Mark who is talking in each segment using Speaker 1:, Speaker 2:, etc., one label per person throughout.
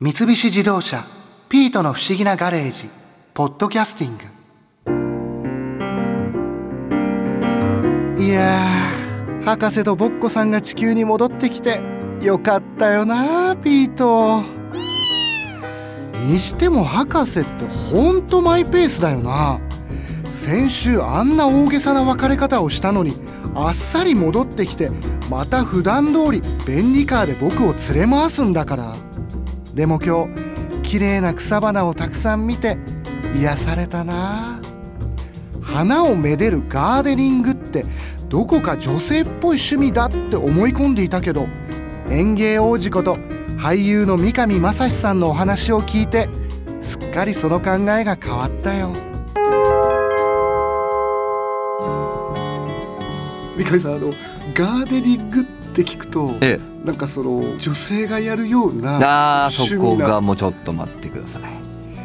Speaker 1: 三菱自動車「ピートの不思議なガレージ」「ポッドキャスティング」いやー博士とボッコさんが地球に戻ってきてよかったよなあピートにしても博士ってほんとマイペースだよな先週あんな大げさな別れ方をしたのにあっさり戻ってきてまた普段通り便利カーで僕を連れ回すんだからでも今日綺麗な草花をたくさん見て癒されたな花をめでるガーデニングってどこか女性っぽい趣味だって思い込んでいたけど園芸王子こと俳優の三上真史さんのお話を聞いてすっかりその考えが変わったよ
Speaker 2: 三上さんあのガーデニングって聞くと、
Speaker 3: え
Speaker 2: なんかその女性がやるよう
Speaker 3: え、
Speaker 2: な
Speaker 3: ああそ
Speaker 2: 趣味
Speaker 3: こ
Speaker 2: な
Speaker 3: がもうちょっと待ってくださ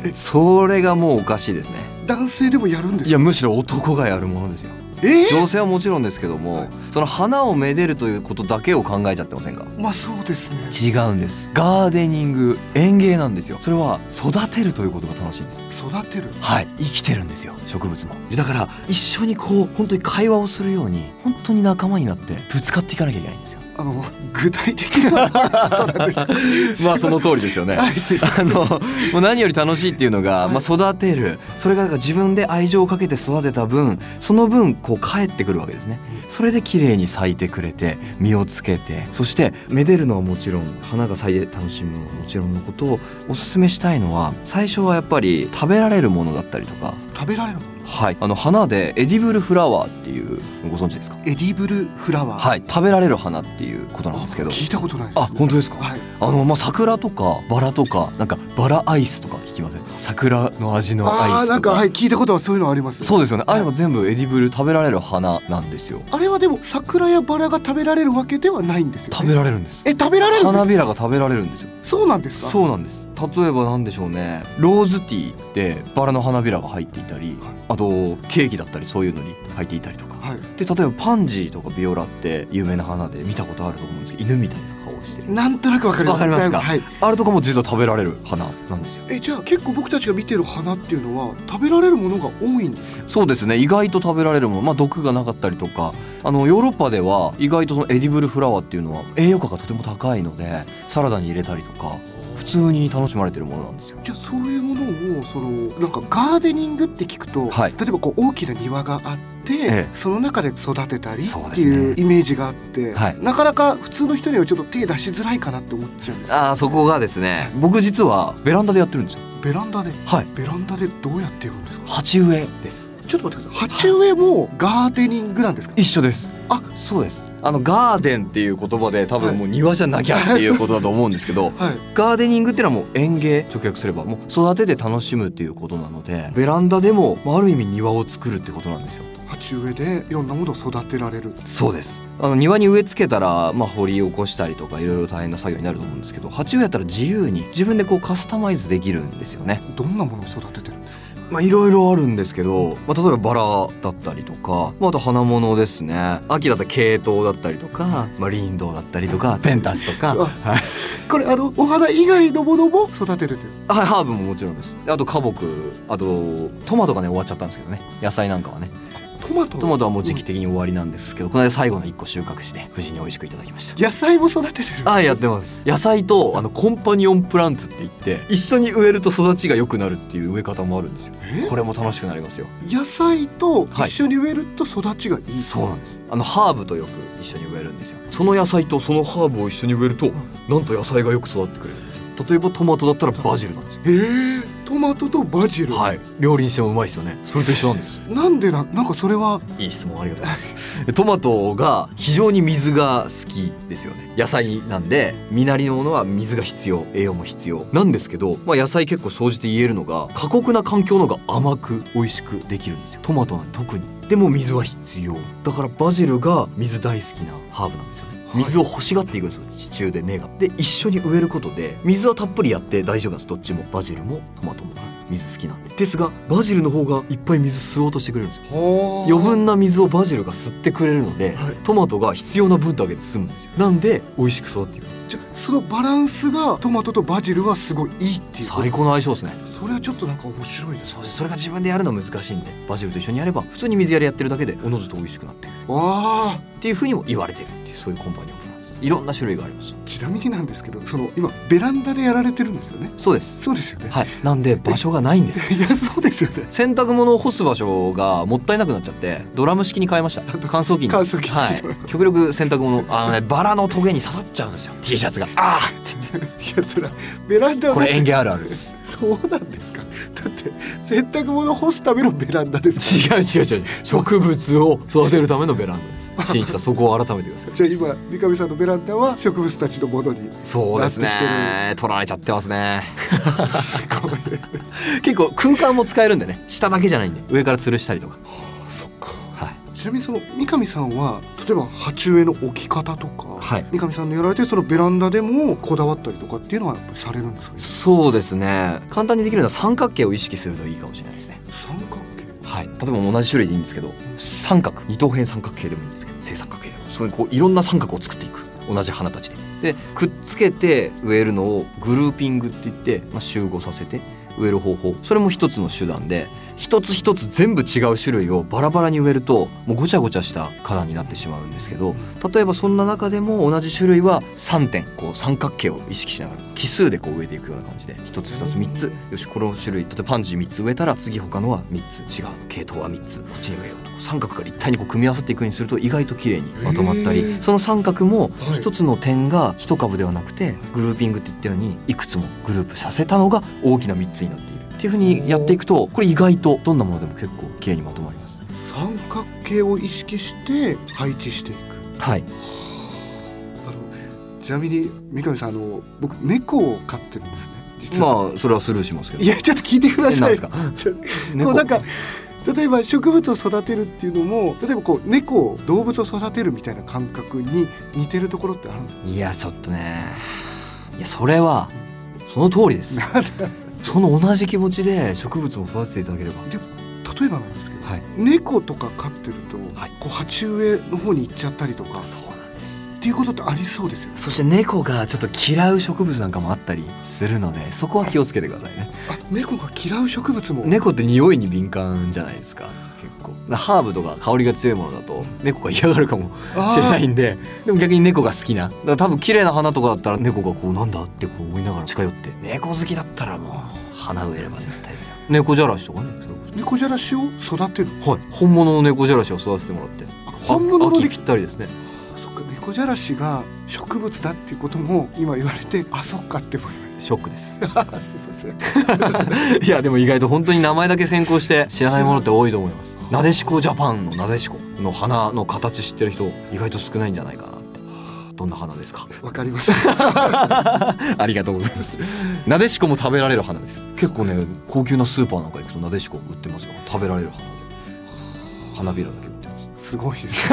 Speaker 2: え
Speaker 3: いそれがもうおかしいですね
Speaker 2: 男性でもやるんです
Speaker 3: い
Speaker 2: か
Speaker 3: やむしろ男がやるものですよ
Speaker 2: えー
Speaker 3: 女性はもちろんですけどもその花をめでるということだけを考えちゃってませんか
Speaker 2: まあそうですね
Speaker 3: 違うんですガーデニング園芸なんですよそれは育てるということが楽しいんです
Speaker 2: 育てる
Speaker 3: はい生きてるんですよ植物もだから一緒にこう本当に会話をするように本当に仲間になってぶつかっていかなきゃいけないんですよ
Speaker 2: あの具体的なことなんです
Speaker 3: まあその通りですよね
Speaker 2: はいすいません
Speaker 3: あのもう何より楽しいっていうのが、まあ、育てるそれがだから自分で愛情をかけて育てた分その分こう返ってくるわけですねそれで綺麗に咲いてくれて実をつけてそしてめでるのはもちろん花が咲いて楽しむのはもちろんのことをおすすめしたいのは最初はやっぱり食べられるものだったりとか
Speaker 2: 食べられるの
Speaker 3: はいあの花でエディブルフラワーっていうご存知ですか
Speaker 2: エディブルフラワー
Speaker 3: はい食べられる花っていうことなんですけど
Speaker 2: 聞いたことないです
Speaker 3: あ本当ですか
Speaker 2: はい
Speaker 3: あのまあ桜とかバラとかなんかバラアイスとか聞きません桜の味の
Speaker 2: あ
Speaker 3: ア
Speaker 2: あ
Speaker 3: イ
Speaker 2: ーな
Speaker 3: スと
Speaker 2: んか
Speaker 3: か
Speaker 2: はい聞いたことはそういうのあります
Speaker 3: そうですよねあれは全部エディブル食べられる花なんですよ
Speaker 2: あれはでも桜やバラが食べられるわけではないんですよ、ね、
Speaker 3: 食べられるんです
Speaker 2: え食べられるんです
Speaker 3: 花びらが食べられるんですよ
Speaker 2: そうなんですか
Speaker 3: そうなんです例えばなんでしょうねローズティーでバラの花びらが入っていたりあとケーキだったりそういうのに入っていたりとか
Speaker 2: はい
Speaker 3: で例えばパンジーとかビオラって有名な花で見たことあると思うんですけど犬みたいな顔をしてる
Speaker 2: なんとなくわかります
Speaker 3: わかりますか
Speaker 2: はい
Speaker 3: あれとかも実は食べられる花なんですよ
Speaker 2: えじゃあ結構僕たちが見てる花っていうのは食べられるものが多いんですか
Speaker 3: そうですね意外と食べられるもの、まあ、毒がなかったりとかあのヨーロッパでは意外とそのエディブルフラワーっていうのは栄養価がとても高いのでサラダに入れたりとか普通に楽しまれてるものなんですよ。
Speaker 2: じゃあそういうものをそのなんかガーデニングって聞くと、
Speaker 3: はい
Speaker 2: 例えばこう大きな庭があって、
Speaker 3: ええ
Speaker 2: その中で育てたり
Speaker 3: そう
Speaker 2: っ
Speaker 3: で
Speaker 2: て
Speaker 3: すね
Speaker 2: いうイメージがあって、
Speaker 3: はい
Speaker 2: なかなか普通の人にはちょっと手出しづらいかなって思っちゃうんです
Speaker 3: あーそこがですね僕実はベランダでやってるんですよ。
Speaker 2: ベランダで
Speaker 3: はい
Speaker 2: ベランダでどうやってやるんですか
Speaker 3: 鉢植えです
Speaker 2: ちょっと待ってください鉢植えもガーデニングなんですか
Speaker 3: 一緒です
Speaker 2: あ
Speaker 3: そうですあのガーデンっていう言葉で多分もう庭じゃなきゃっていうことだと思うんですけ ど
Speaker 2: はい
Speaker 3: ガーデニングってのはもう園芸直訳すればもう育てて楽しむっていうことなのでベランダでもまあある意味庭を作るってことなんですよ
Speaker 2: 鉢植えでいろんなものを育てられる
Speaker 3: そうですあの庭に植え付けたら、まあ、掘り起こしたりとかいろいろ大変な作業になると思うんですけど鉢植えやったら自由に自分でこうカスタマイズできるんですよね
Speaker 2: どんなものを育ててるんですか
Speaker 3: まあいろいろあるんですけど、まあ、例えばバラだったりとか、まあ、あと花物ですね秋だったらケイトウだったりとか、まあ、リンドウだったりとかペンタスとか
Speaker 2: うわ
Speaker 3: はい
Speaker 2: これあのお花以外のものも育てれてる
Speaker 3: はい、ハーブももちろんですであと花木あとトマトがね終わっちゃったんですけどね野菜なんかはね
Speaker 2: トマト
Speaker 3: トマトはもう時期的に終わりなんですけどこの間最後の1個収穫して無事に美味しくいただきました
Speaker 2: 野菜も育ててる
Speaker 3: あやってます野菜とあのコンパニオンプランツって言って一緒に植えると育ちが良くなるっていう植え方もあるんですよ
Speaker 2: え
Speaker 3: これも楽しくなりますよ
Speaker 2: 野菜と
Speaker 3: はい
Speaker 2: 一緒に植えると育ちがいい、
Speaker 3: そうなんですあのハーブとよく一緒に植えるんですよその野菜とそのハーブを一緒に植えるとなんと野菜がよく育ってくれる例えばトマトだったらバジルなんですよ
Speaker 2: へえトマトとバジル、
Speaker 3: はい料理にしてもうまいですよねそれと一緒なんです
Speaker 2: なんでななんかそれはい
Speaker 3: い質問ありがとうございます。 トマトが非常に水が好きですよね。野菜なんで、身なりのものは水が必要、栄養も必要なんですけど、まあ野菜結構総じて言えるのが、過酷な環境のが甘く美味しくできるんですよ。トマトなんて特に。でも水は必要。だからバジルが水大好きなハーブなんですよね。
Speaker 2: はい
Speaker 3: 水を欲しがっていくんですよ地中で根がで一緒に植えることで水はたっぷりやって大丈夫なんですどっちもバジルもトマトも水好きなんですですがバジルの方がいっぱい水吸おうとしてくれるんですよ
Speaker 1: ほー
Speaker 3: 余分な水をバジルが吸ってくれるので、
Speaker 2: はい
Speaker 3: トマトが必要な分だけで済むんですよなんで美味しく育っていく
Speaker 2: じゃそのバランスがトマトとバジルはすごいいいっていう
Speaker 3: 最高の相性ですね
Speaker 2: それはちょっとなんか面白いです
Speaker 3: そ
Speaker 2: ね
Speaker 3: うですそれが自分でやるのは難しいんでバジルと一緒にやれば普通に水やりやってるだけでおのずと美味しくなってくる
Speaker 2: わあ
Speaker 3: っていうふうにも言われてるっていうそういうコンパニオンなんですいろんな種類があります
Speaker 2: ちなみになんですけどその今ベランダでやられてるんですよね
Speaker 3: そうです
Speaker 2: そうですよね、
Speaker 3: はいなんで場所がないんです
Speaker 2: いやそうですよね
Speaker 3: 洗濯物を干す場所がもったいなくなっちゃってドラム式に変えました乾燥機に
Speaker 2: 乾燥機
Speaker 3: は
Speaker 2: 付き
Speaker 3: い極力洗濯物あのねバラのトゲに刺さっちゃうんですよ T シャツがあーって言って
Speaker 2: いやそれはベランダは
Speaker 3: これ園芸あるあるです
Speaker 2: そうなんですかだって洗濯物干すためのベランダですか
Speaker 3: 違う違う違う植物を育てるためのベランダです 新一さんそこを改めてください
Speaker 2: らじゃあ今三上さんのベランダは植物たちのものに
Speaker 3: そうですね
Speaker 2: なってき
Speaker 3: 取られちゃってますね
Speaker 2: すごい
Speaker 3: 結構空間も使えるんでね下だけじゃないんで上から吊るしたりとか
Speaker 2: そっか
Speaker 3: はい
Speaker 2: ちなみにその三上さんは例えば鉢植えの置き方とか、
Speaker 3: はい
Speaker 2: 三上さんのやられてるそのベランダでもこだわったりとかっていうのはやっぱりされるんですかね
Speaker 3: そうですね簡単にできるのは三角形を意識するといいかもしれないですね
Speaker 2: 三角形
Speaker 3: はい例えば同じ種類でいいんですけど三角二等辺三角形でもいいんですけど正三角形でもそういうこういろんな三角を作っていく同じ花たちででくっつけて植えるのをグルーピングって言って、まあ、集合させて植える方法それも一つの手段で一つ一つ全部違う種類をバラバラに植えるともうごちゃごちゃした花になってしまうんですけど例えばそんな中でも同じ種類は3点こう三角形を意識しながら奇数でこう植えていくような感じで1つ2つ3つよしこの種類例えばパンジー3つ植えたら次他のは3つ違う系統は3つこっちに植えようと三角が立体にこう組み合わさっていくようにすると意外と綺麗にまとまった
Speaker 2: へ
Speaker 3: り
Speaker 2: ー
Speaker 3: その三角も
Speaker 2: はい
Speaker 3: 一つの点が一株ではなくてグルーピングって言ったようにいくつもグループさせたのが大きな3つになっているっていうふうにやっていくとこれ意外とどんなものでも結構綺麗にまとまります。
Speaker 2: 三角形を意識して配置していく
Speaker 3: はい、
Speaker 2: あのちなみに三上さんあの僕猫を飼ってるんですね実は、
Speaker 3: まあそれはスルーしますけど
Speaker 2: いやちょっと聞いてくだ
Speaker 3: えな
Speaker 2: さ
Speaker 3: ん
Speaker 2: い
Speaker 3: ですか
Speaker 2: ちょこ
Speaker 3: 猫
Speaker 2: うなんか例えば植物を育てるっていうのも例えばこう猫を動物を育てるみたいな感覚に似てるところってあるん です
Speaker 3: いやちょっとねいやそれはその通りですその同じ気持ちで植物も育てていただければ
Speaker 2: か例えばなんですけど、
Speaker 3: はい
Speaker 2: 猫とか飼ってると、
Speaker 3: はい
Speaker 2: こう鉢植えの方に行っちゃったりとかっ
Speaker 3: うなんです
Speaker 2: ていうことってありそうですよね
Speaker 3: そして猫がちょっと嫌う植物なんかもあったりするのでそこは気をつけてくださいね
Speaker 2: あ猫が嫌う植物も、
Speaker 3: 猫って匂いに敏感じゃないですか結構だハーブとか香りが強いものだと猫が嫌がるかも
Speaker 2: あ
Speaker 3: しれな
Speaker 2: ー
Speaker 3: いんででも逆に猫が好きなだから多分綺麗な花とかだったら猫がこうなんだってこう思いながら近寄って猫好きだったらもう花植えれば絶対ですよ猫じゃらしとかねそれこ
Speaker 2: 猫じゃらしを育てる
Speaker 3: そはい本物の猫じゃらしを育ててもらって
Speaker 2: あ本物の
Speaker 3: 秋
Speaker 2: で
Speaker 3: ぴったりですね
Speaker 2: そっか猫じゃらしが植物だっていうことも今言われてあそっかって思いま し
Speaker 3: ショックです
Speaker 2: たすいません
Speaker 3: いやでも意外と本当に名前だけ先行して知らないものって多いと思いますなでしこジャパンのなでしこの花の形知ってる人意外と少ないんじゃないかなってどんな花ですか
Speaker 2: わかります
Speaker 3: ありがとうございます。なでしこも食べられる花です。結構ね、高級なスーパーなんか行くとなでしこ売ってますよ。食べられる花で。花びらだけ売って
Speaker 2: すごいです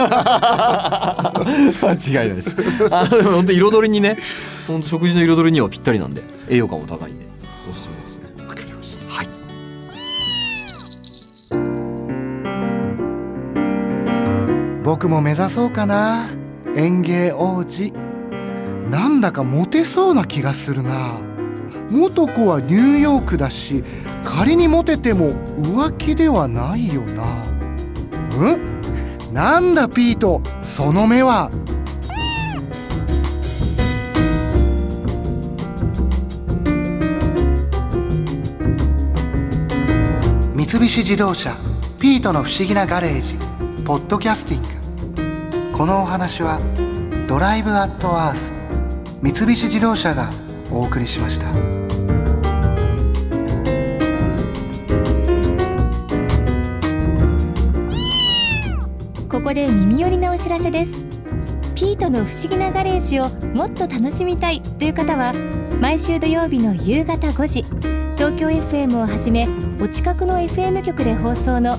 Speaker 3: ます。 違いないです。あの、でも本当彩りにね、その食事の彩りにはぴったりなんで、栄養価も高いんで、おすすめですね。
Speaker 2: わかりました
Speaker 3: はい。
Speaker 1: 僕も目指そうかな園芸王子なんだかモテそうな気がするな元子はニューヨークだし仮にモテても浮気ではないよなうんなんだピートその目は三菱自動車ピートの不思議なガレージポッドキャスティングこのお話はドライブアットアース三菱自動車がお送りしました。
Speaker 4: ここで耳寄りなお知らせですピートの不思議なガレージをもっと楽しみたいという方は毎週土曜日の夕方5時東京 FM をはじめお近くの FM 局で放送の